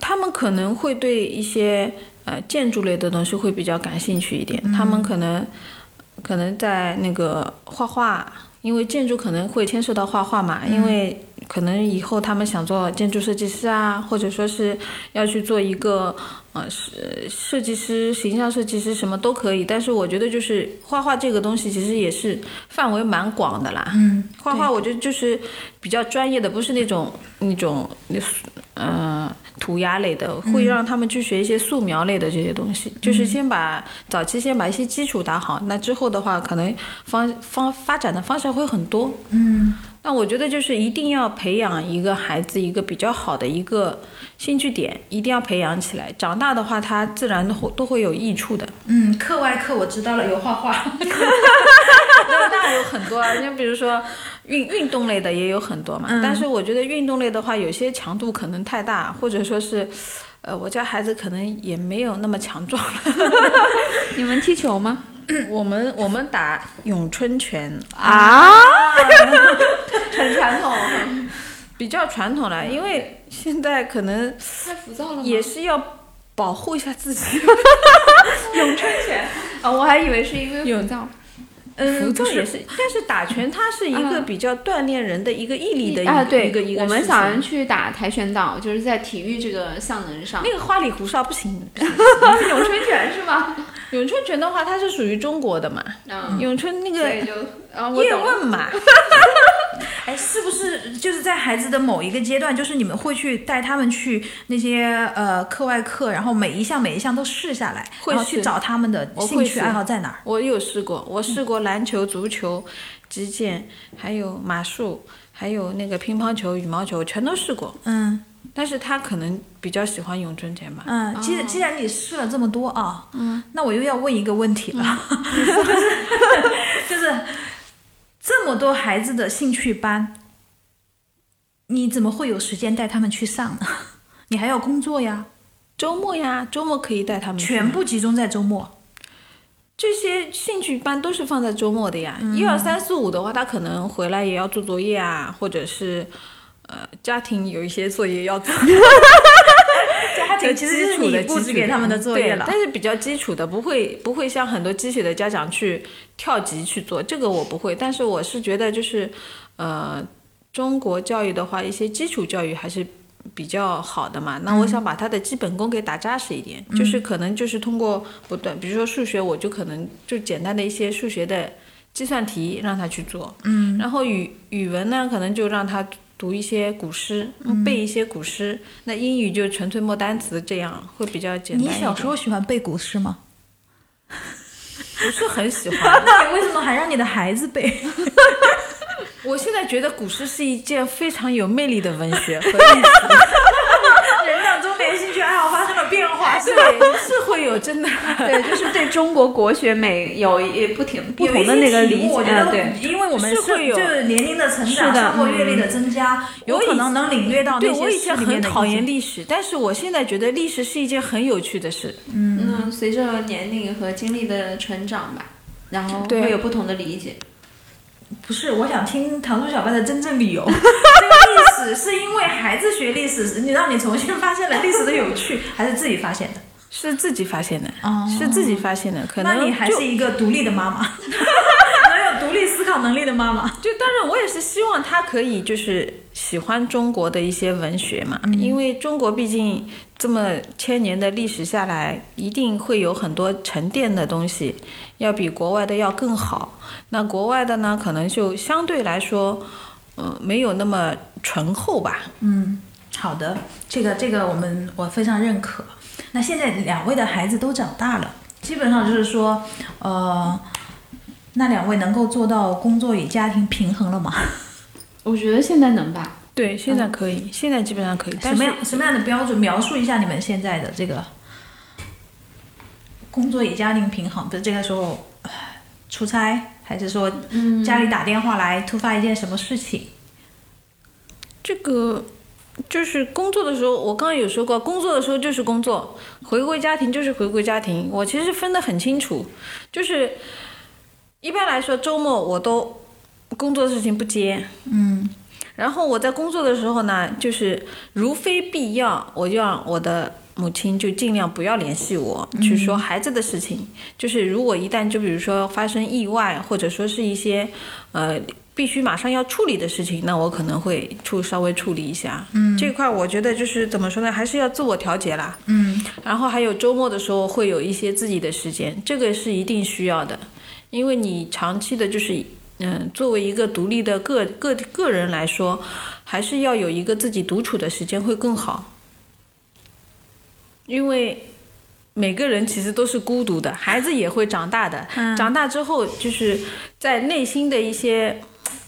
他们可能会对一些呃建筑类的东西会比较感兴趣一点，他们可能可能在那个画画，因为建筑可能会牵涉到画画嘛，因为可能以后他们想做建筑设计师啊，或者说是要去做一个呃设设计师、形象设计师什么都可以，但是我觉得就是画画这个东西其实也是范围蛮广的啦。嗯，画画我觉得就是比较专业的，不是那种那种呃涂鸦类的，会让他们去学一些素描类的这些东西，就是先把早期先把一些基础打好，那之后的话可能方方发展的方向会很多。嗯，那我觉得就是一定要培养一个孩子一个比较好的一个兴趣点，一定要培养起来，长大的话他自然都会都会有益处的。嗯，课外课我知道了，有画画。那那有很多啊，像比如说运运动类的也有很多嘛。嗯但是我觉得运动类的话，有些强度可能太大，或者说是，呃，我家孩子可能也没有那么强壮。你们踢球吗？ 我们我们打咏春拳啊， 很传统，比较传统了，因为现在可能太浮躁了吗。也是要保护一下自己。咏春拳啊，我还以为是因为有浮躁。嗯，浮不躁是，但是打拳它是一个嗯比较锻炼人的一个毅力的一个、啊，一个一对，个我们事小情人去打跆拳道，就是在体育这个项能上。那个花里胡哨不行。 是咏春拳是吗？咏春拳的话，它是属于中国的嘛？ 嗯，咏春那所个以就啊，我叶懂 了。问嘛，哎，是不是就是在孩子的某一个阶段，就是你们会去带他们去那些呃课外课，然后每一项每一项都试下来，会然后去试找他们的我兴会趣试爱好在哪儿？ 我有试过，我试过篮球、足球、击剑，还有马术，还有那个乒乓球、羽毛球，全都试过。嗯。但是他可能比较喜欢咏春拳吧。嗯，既哦然既然你试了这么多啊，嗯，那我又要问一个问题了，嗯 就是这么多孩子的兴趣班，你怎么会有时间带他们去上呢？你还要工作嗯呀，周末呀，周末可以带他们去。啊全部集中在周末。这些兴趣班都是放在周末的呀。一二三四五的话，他可能回来也要做作业啊，或者是呃家庭有一些作业要做。家庭其实是你布置给他们的作业对，了但是比较基础的，不会不会像很多鸡血的家长去跳级去做，这个我不会。但是我是觉得就是，呃，中国教育的话，一些基础教育还是。比较好的嘛，那我想把他的基本功给打扎实一点，就是可能就是通过不断，比如说数学，我就可能就简单的一些数学的计算题让他去做，嗯，然后语语文呢，可能就让他读一些古诗，背一些古诗，那英语就纯粹默单词，这样会比较简单一你点。小时候喜欢背古诗吗？不是很喜欢， 那你为什么还让你的孩子 背？我现在觉得古诗是一件非常有魅力的文学和艺术，人到中年，兴趣爱好发生了变化，是吧？对，是会有真的。对，就是对中国国学美有一不停不有一同的些那个题目理我解，觉得嗯对。因为我们是会有就是年龄的嗯成长，是的生活阅历的增加，有可能能领略到对那我些以诗前里面很的讨意厌境历史，但是我现在觉得历史是一件很有趣的事。嗯，随着年龄和经历的成长吧，然后对会有不同的理解。不是，我想听糖醋小白的真正 理由。这个历史是因为孩子学历史，你让你重新发现了历史的有趣，还是自己发现的？是自己发现的，是自己发现的。可哦那能你还就是一个独立的妈妈， 能有独立思考能力的妈妈。就当然，我也是希望他可以就是喜欢中国的一些文学嘛，嗯因为中国毕竟这么千年的历史下来，一定会有很多沉淀的东西，要比国外的要更好。那国外的呢，可能就相对来说，嗯、没有那么醇厚吧。嗯好的，这个这个我们我非常认可。那现在两位的孩子都长大了，基本上就是说，呃，那两位能够做到工作与家庭平衡了吗？我觉得现在能吧，对，现在可以，现在基本上可以。嗯什但是么样什么样的标准？描述一下你们现在的这个工作与家庭平衡。不是这个时候唉出差，还是说嗯家里打电话来突发一件什么事情？这个就是工作的时候，我刚刚有说过，工作的时候就是工作，回归家庭就是回归家庭。我其实分得很清楚，就是一般来说周末我都工作的事情不接，嗯。然后我在工作的时候呢，就是如非必要，我就让我的母亲就尽量不要联系我，去说孩子的事情。就是如果一旦就比如说发生意外，或者说是一些呃必须马上要处理的事情，那我可能会处稍微处理一下。嗯，这块我觉得就是怎么说呢，还是要自我调节啦。嗯，然后还有周末的时候会有一些自己的时间，这个是一定需要的，因为你长期的就是。嗯，作为一个独立的个个个人来说，还是要有一个自己独处的时间会更好，因为每个人其实都是孤独的，孩子也会长大的。长大之后，就是在内心的一些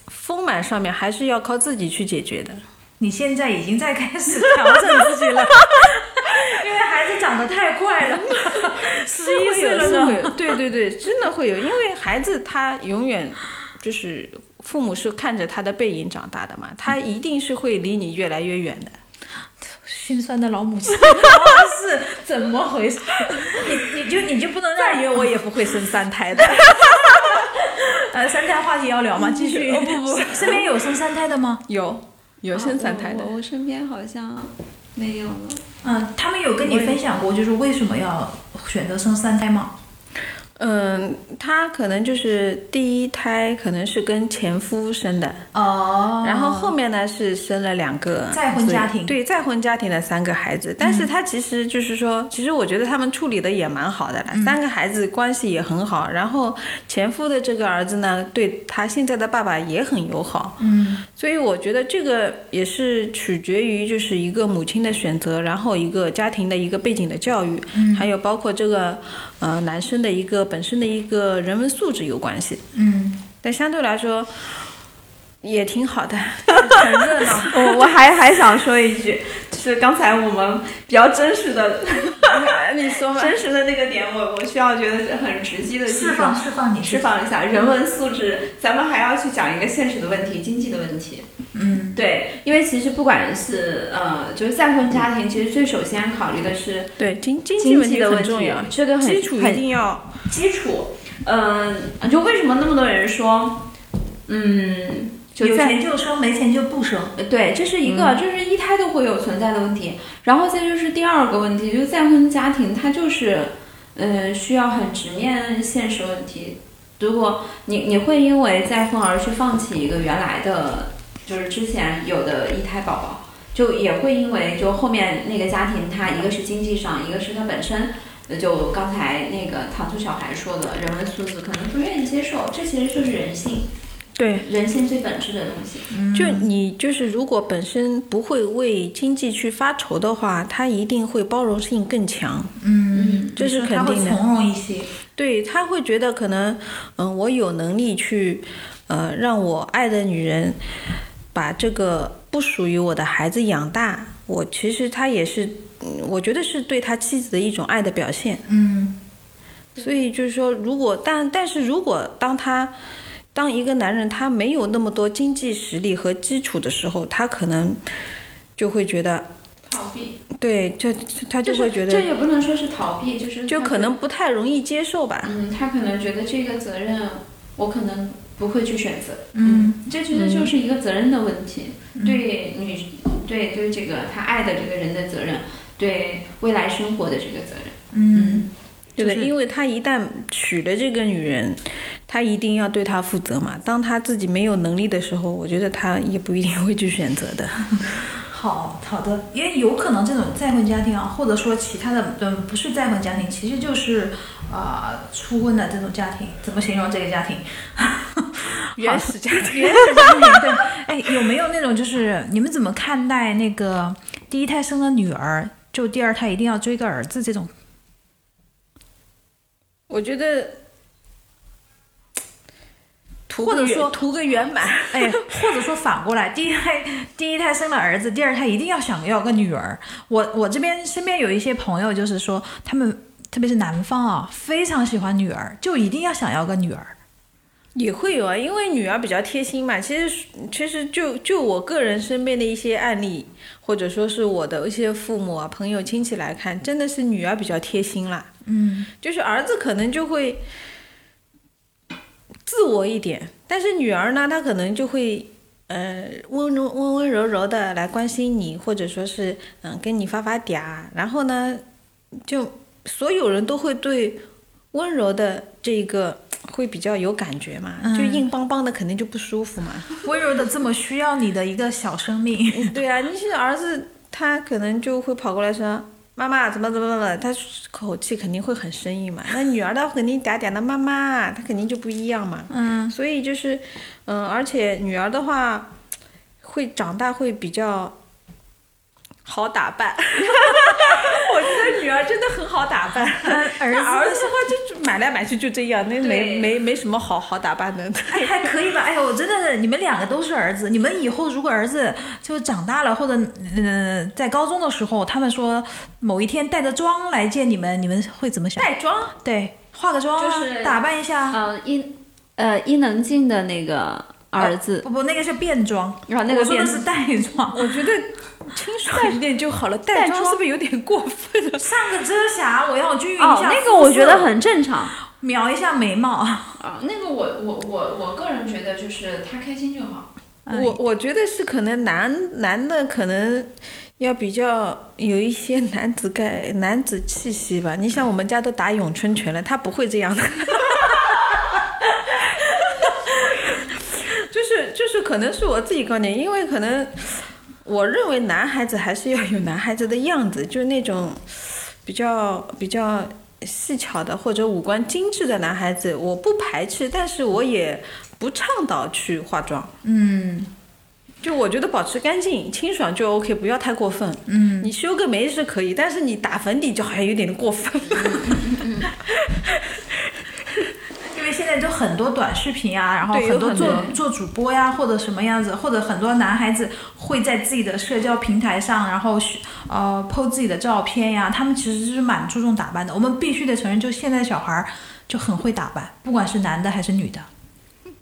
丰满上面，还是要靠自己去解决的。你现在已经在开始调整自己 了，因为孩子长得太快了，十会有岁了这种 会有，对对对，真的会有，因为孩子他永远就是父母是看着他的背影长大的嘛，他一定是会离你越来越远的。心酸的老母亲，是怎么回事？你你就你就不能让但愿我也不会生三胎的。 呃三胎话题要聊吗？继续，哦不不身边有生三胎的吗？有有生三胎的啊，我我我身边好像没有了。嗯，他们有跟你分享过，就是为什么要选择生三胎吗？嗯，他可能就是第一胎可能是跟前夫生的，哦然后后面呢是生了两个再婚家庭所嗯以对再婚家庭的三个孩子，但是他其实就是说，其实我觉得他们处理的也蛮好的啦，嗯三个孩子关系也很好，然后前夫的这个儿子呢，对他现在的爸爸也很友好，嗯，所以我觉得这个也是取决于就是一个母亲的选择，然后一个家庭的一个背景的教育，嗯还有包括这个呃男生的一个本身的一个人文素质有关系，嗯，但相对来说也挺好 的。很热闹。哦我我还哎还想说一句，就是刚才我们比较真实的， 你说真实的那个点，我我需要觉得是很直击的去释放说释放你释是放一下人文素质。咱们还要去讲一个现实的问题，经济的问题。嗯，对，因为其实不管是呃，就是再婚家庭，其实最首先考虑的是对经经济经问济题的很问重题要，，这个很基础一很定要基础。嗯、就为什么那么多人说，嗯，就有在钱就生，没钱就不生。对，这是一个，这是一胎都会有存在的问题。然后再就是第二个问题，就是再婚家庭，它就是，呃，需要很直面现实问题。如果你你会因为再婚而去放弃一个原来的，就是之前有的一胎宝宝，就也会因为就后面那个家庭，它一个是经济上，一个是它本身。呃就刚才那个糖醋小孩说的人文素质，可能不愿意接受，这其实就是人性，对。人性最本质的东西。嗯就你就是，如果本身不会为经济去发愁的话，他一定会包容性更强，嗯，这是他肯会定的。从容一些。对他会觉得可能，嗯，我有能力去，呃，让我爱的女人把这个不属于我的孩子养大。我其实他也是，嗯我觉得是对他妻子的一种爱的表现。嗯，所以就是说，如果但但是如果当他当一个男人他没有那么多经济实力和基础的时候，他可能就会觉得，逃避，对，这他就会觉这得也不能说是逃避，就是就他可能不太容易接受吧。嗯，他可能觉得这个责任我可能不会去选择，嗯，这其实就是一个责任的问题，嗯对女对对这个他爱的这个人的责任，对未来生活的这个责任，嗯，对的，就是因为他一旦娶了这个女人，他一定要对她负责嘛。当他自己没有能力的时候，我觉得他也不一定会去选择的。好好的，因为有可能这种再婚家庭啊，或者说其他的，嗯，不是再婚家庭，其实就是啊、初婚的这种家庭，怎么形容这个家庭？ 原始家庭，原始家庭对，哎，有没有那种就是你们怎么看待那个第一胎生的女儿就第二胎一定要追个儿子这种，我觉得，图或者个圆说图个圆满，哎，或者说反过来，第一胎第一胎生了儿子，第二胎一定要想要个女儿。我我这边身边有一些朋友，就是说他们特别是南方啊，非常喜欢女儿，就一定要想要个女儿。也会有啊，因为女儿比较贴心嘛。其实，其实就就我个人身边的一些案例，或者说是我的一些父母啊、朋友、亲戚来看，真的是女儿比较贴心啦。嗯，就是儿子可能就会自我一点，但是女儿呢，她可能就会。呃，温柔温温柔柔的来关心你，或者说是嗯跟你发发嗲，然后呢，就所有人都会对温柔的这个会比较有感觉嘛，就硬邦邦的肯定就不舒服嘛。温柔的这么需要你的一个小生命， 对啊，你现在儿子他可能就会跑过来说。妈妈怎么怎么怎么，他口气肯定会很生硬嘛。那女儿她肯定嗲嗲的，妈妈她肯定就不一样嘛。嗯，所以就是，嗯，而且女儿的话，会长大会比较好打扮。 我觉得女儿真的很好打扮，儿那儿子的话就就买来买去就这样，那没对没没什么好好打扮的。哎， 还可以吧？哎呦，我真的是，你们两个都是儿子，你们以后如果儿子就长大了，或者嗯、呃在高中的时候，他们说某一天带着妆来见你们，你们会怎么想？妆对，化个妆啊，就是打扮一下啊。嗯，伊呃伊能静的那个儿子，不不，那个是变装，然啊后那个我说的变是带 妆，我觉得清 爽一点就好了，带妆是不是有点过分了？上个遮瑕，我要均匀一下哦肤色、，那个我觉得很正常。描一下眉毛， 啊，那个我我我我个人觉得就是他开心就好。我我觉得是可能男男的可能要比较有一些 男子盖男子气息吧。你想我们家都打咏春拳了，他不会这样的。 就是就是，可能是我自己观点，因为可能我认为男孩子还是要有男孩子的样子，就是那种比较比较细巧的或者五官精致的男孩子，我不排斥，但是我也不倡导去化妆。嗯，就我觉得保持干净、清爽就 OK，不要太过分。嗯，你修个眉是可以，但是你打粉底就好像有点过分。因为现在就很多短视频啊，然后对有很多很做多做主播呀，或者什么样子，或者很多男孩子会在自己的社交平台上，然后去呃 po 自己的照片呀，他们其实是蛮注重打扮的。我们必须得承认，就现在小孩儿就很会打扮，不管是男的还是女的。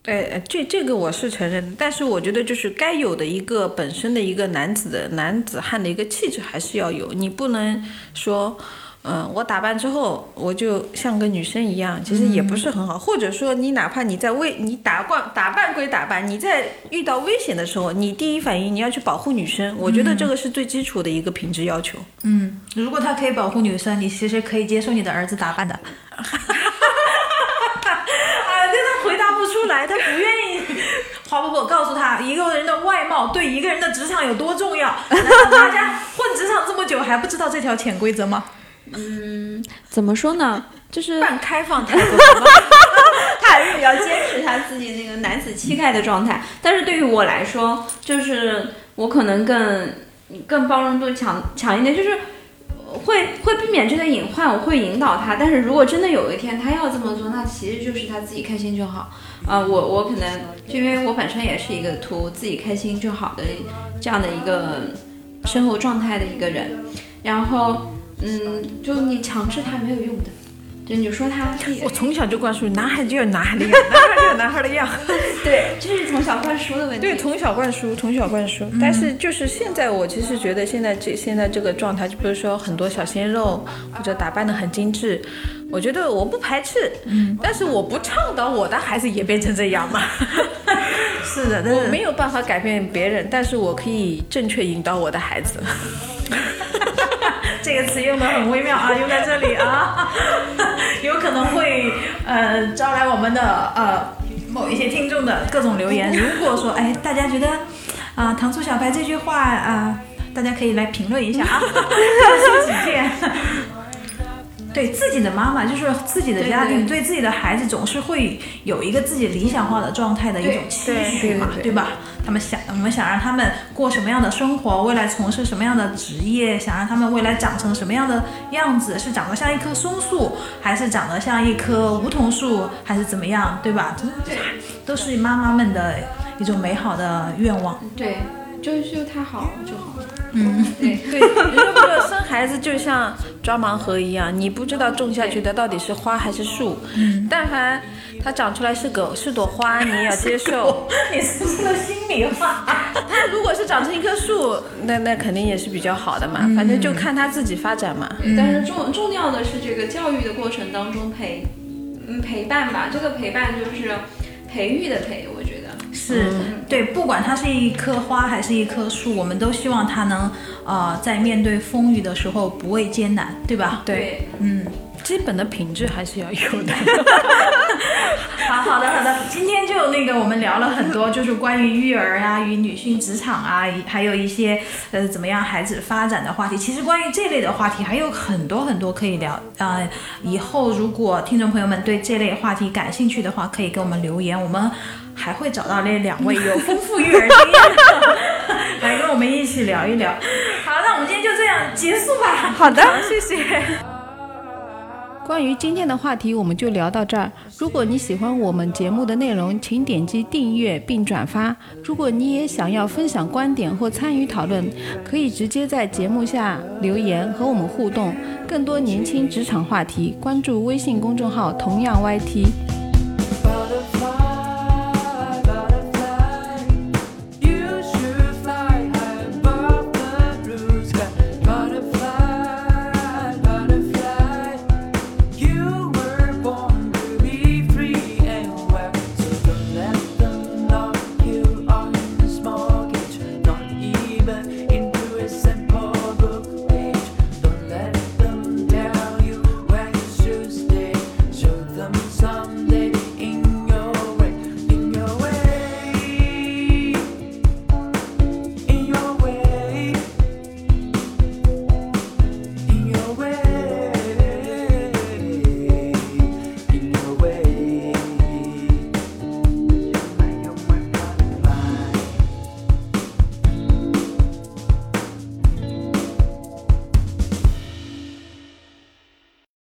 对，呃这这个我是承认的，但是我觉得就是该有的一个本身的一个男子的男子汉的一个气质还是要有，你不能说，嗯、我打扮之后我就像个女生一样，其实也不是很好。或者说你哪怕你在危你打扮打扮归打扮，你在遇到危险的时候，你第一反应你要去保护女生，我觉得这个是最基础的一个品质要求。嗯，如果他可以保护女生，你其实可以接受你的儿子打扮的。啊，真的回答不出来，他不愿意。华伯伯告诉他，一个人的外貌对一个人的职场有多重 要。难道大家混职场这么久还不知道这条潜规则吗？怎么说呢？就是半开放态度。 他还是比较坚持他自己那个男子气概的状态。但是对于我来说，就是我可能更更包容度强强一点，就是会会避免这个隐患，我会引导他。但是如果真的有一天他要这么做，那其实就是他自己开心就好。啊、我我可能就因为我本身也是一个图自己开心就好的这样的一个生活状态的一个人，然后嗯，就你强制他没有用的，就你说他自己我从小就灌输，男孩就要男孩的样，男孩就要男孩的样。对，这是从小灌输的问 题。对，从小灌输，从小灌输。但是就是现在，我其实觉得现在这现在这个状态，就比如说很多小鲜肉或者打扮的很精致，我觉得我不排斥，嗯，但是我不倡导我的孩子也变成这样 嘛。是的，但我是没有办法改变别人，但是我可以正确引导我的孩 子。这个词用的很微妙 啊，用在这里啊， 有可能会呃招来我们的呃某一些听众的各种留言。如果说哎大家觉得啊、糖醋小排这句话 啊、大家可以来评论一下啊，多说几件。 对自己的妈妈，就是自己的家庭，对自己的孩子总是会有一个自己理想化的状态的一种期许嘛，对吧？他们想，我们想让他们过什么样的生活，未来从事什么样的职业，想让他们未来长成什么样的样子，是长得像一棵松树，还是长得像一棵梧桐树，还是怎么样，对吧？对，都是妈妈们的一种美好的愿望。对，就就他好就好。嗯 对，人家不是生孩子就像抓盲盒一样，你不知道种下去的到底是花还是树。但凡它长出来是狗是朵花，你也要接受。 你是说了心里话。它如果是长成一棵树，那那肯定也是比较好的嘛，反正就看它自己发展嘛。但是重重要的是这个教育的过程当中陪，嗯陪伴吧，这个陪伴就是培育的培，我觉得。是对，不管它是一棵花还是一棵树，我们都希望它能，呃，在面对风雨的时候不畏艰难，对吧？对，嗯，基本的品质还是要有的。好好的好的，今天就那个我们聊了很多，就是关于育儿啊、与女性职场啊，以还有一些呃怎么样孩子发展的话题。其实关于这类的话题还有很多很多可以聊啊、呃以后如果听众朋友们对这类话题感兴趣的话，可以给我们留言，我们还会找到那两位有丰富育儿经验的 来跟我们一起聊一聊。好，那我们今天就这样结束吧。好的，谢谢。关于今天的话题，我们就聊到这儿。如果你喜欢我们节目的内容，请点击订阅并转发。如果你也想要分享观点或参与讨论，可以直接在节目下留言和我们互动。更多年轻职场话题，关注微信公众号“同样 YT”。